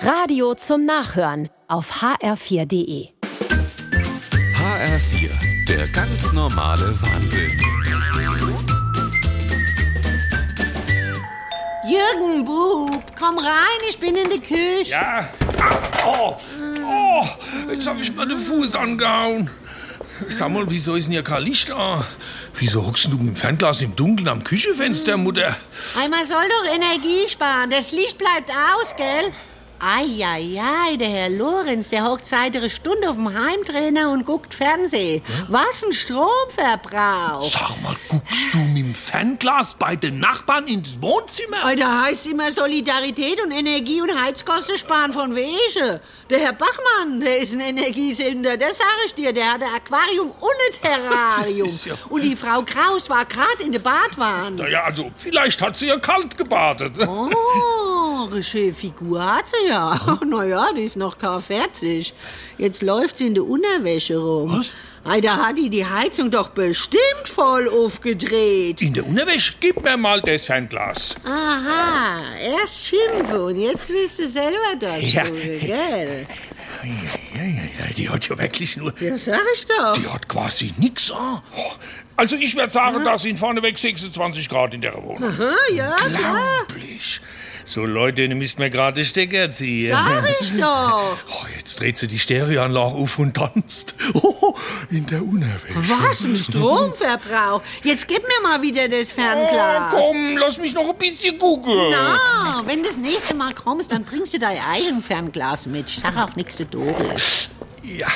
Radio zum Nachhören auf hr4.de. HR4, der ganz normale Wahnsinn. Jürgen Bub, komm rein, ich bin in der Küche. Ja. Ah, Oh, oh, jetzt hab ich mir den Fuß angehauen. Sag mal, wieso ist denn hier kein Licht an? Wieso hockst du mit dem Fernglas im Dunkeln am Küchenfenster, Mutter? Einmal soll doch Energie sparen. Das Licht bleibt aus, gell? Eieiei, der Herr Lorenz, der hockt seit einer Stunde auf dem Heimtrainer und guckt Fernsehen. Was ein Stromverbrauch. Sag mal, guckst du mit dem Fernglas bei den Nachbarn ins Wohnzimmer? Ey, Da heißt immer Solidarität und Energie und Heizkosten sparen von Wege. Der Herr Bachmann, der ist ein Energiesünder, das sage ich dir. Der hat ein Aquarium und ein Terrarium. Und die Frau Kraus war gerade in der Badwanne. Naja, also, vielleicht hat sie ja kalt gebadet. Oh, richtige Figur hat sie ja. Naja, die ist noch gar fertig. Jetzt läuft sie in der Unterwäsche rum. Was? Ei, da hat die die Heizung doch bestimmt voll aufgedreht. In der Unterwäsche? Gib mir mal das Fernglas. Aha, erst schimpfen und jetzt willst du selber das Ja. tun, gell? Ja, ja, ja, ja, die hat ja wirklich nur... Ja, sag ich doch. Die hat quasi nix an. Also, ich würde sagen, da sind vorneweg 26 Grad in der Wohnung. Aha, Ah, ja, klar. Unglaublich. So, Leute, ihr müsst mir gerade Stecker ziehen. Sag ich doch. Oh, jetzt dreht sie die Stereoanlage auf und tanzt. Oh, in der Unterwäsche. Was ein Stromverbrauch. Jetzt gib mir mal wieder das Fernglas. Oh, komm, lass mich noch ein bisschen gucken. Na, wenn das nächste Mal kommst, dann bringst du dein eigenes Fernglas mit. Ich sag auch nichts du Doris. Ja.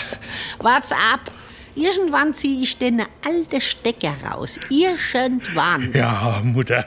Wart's ab. Irgendwann zieh ich den alten Stecker raus. Irgendwann. ja, Mutter.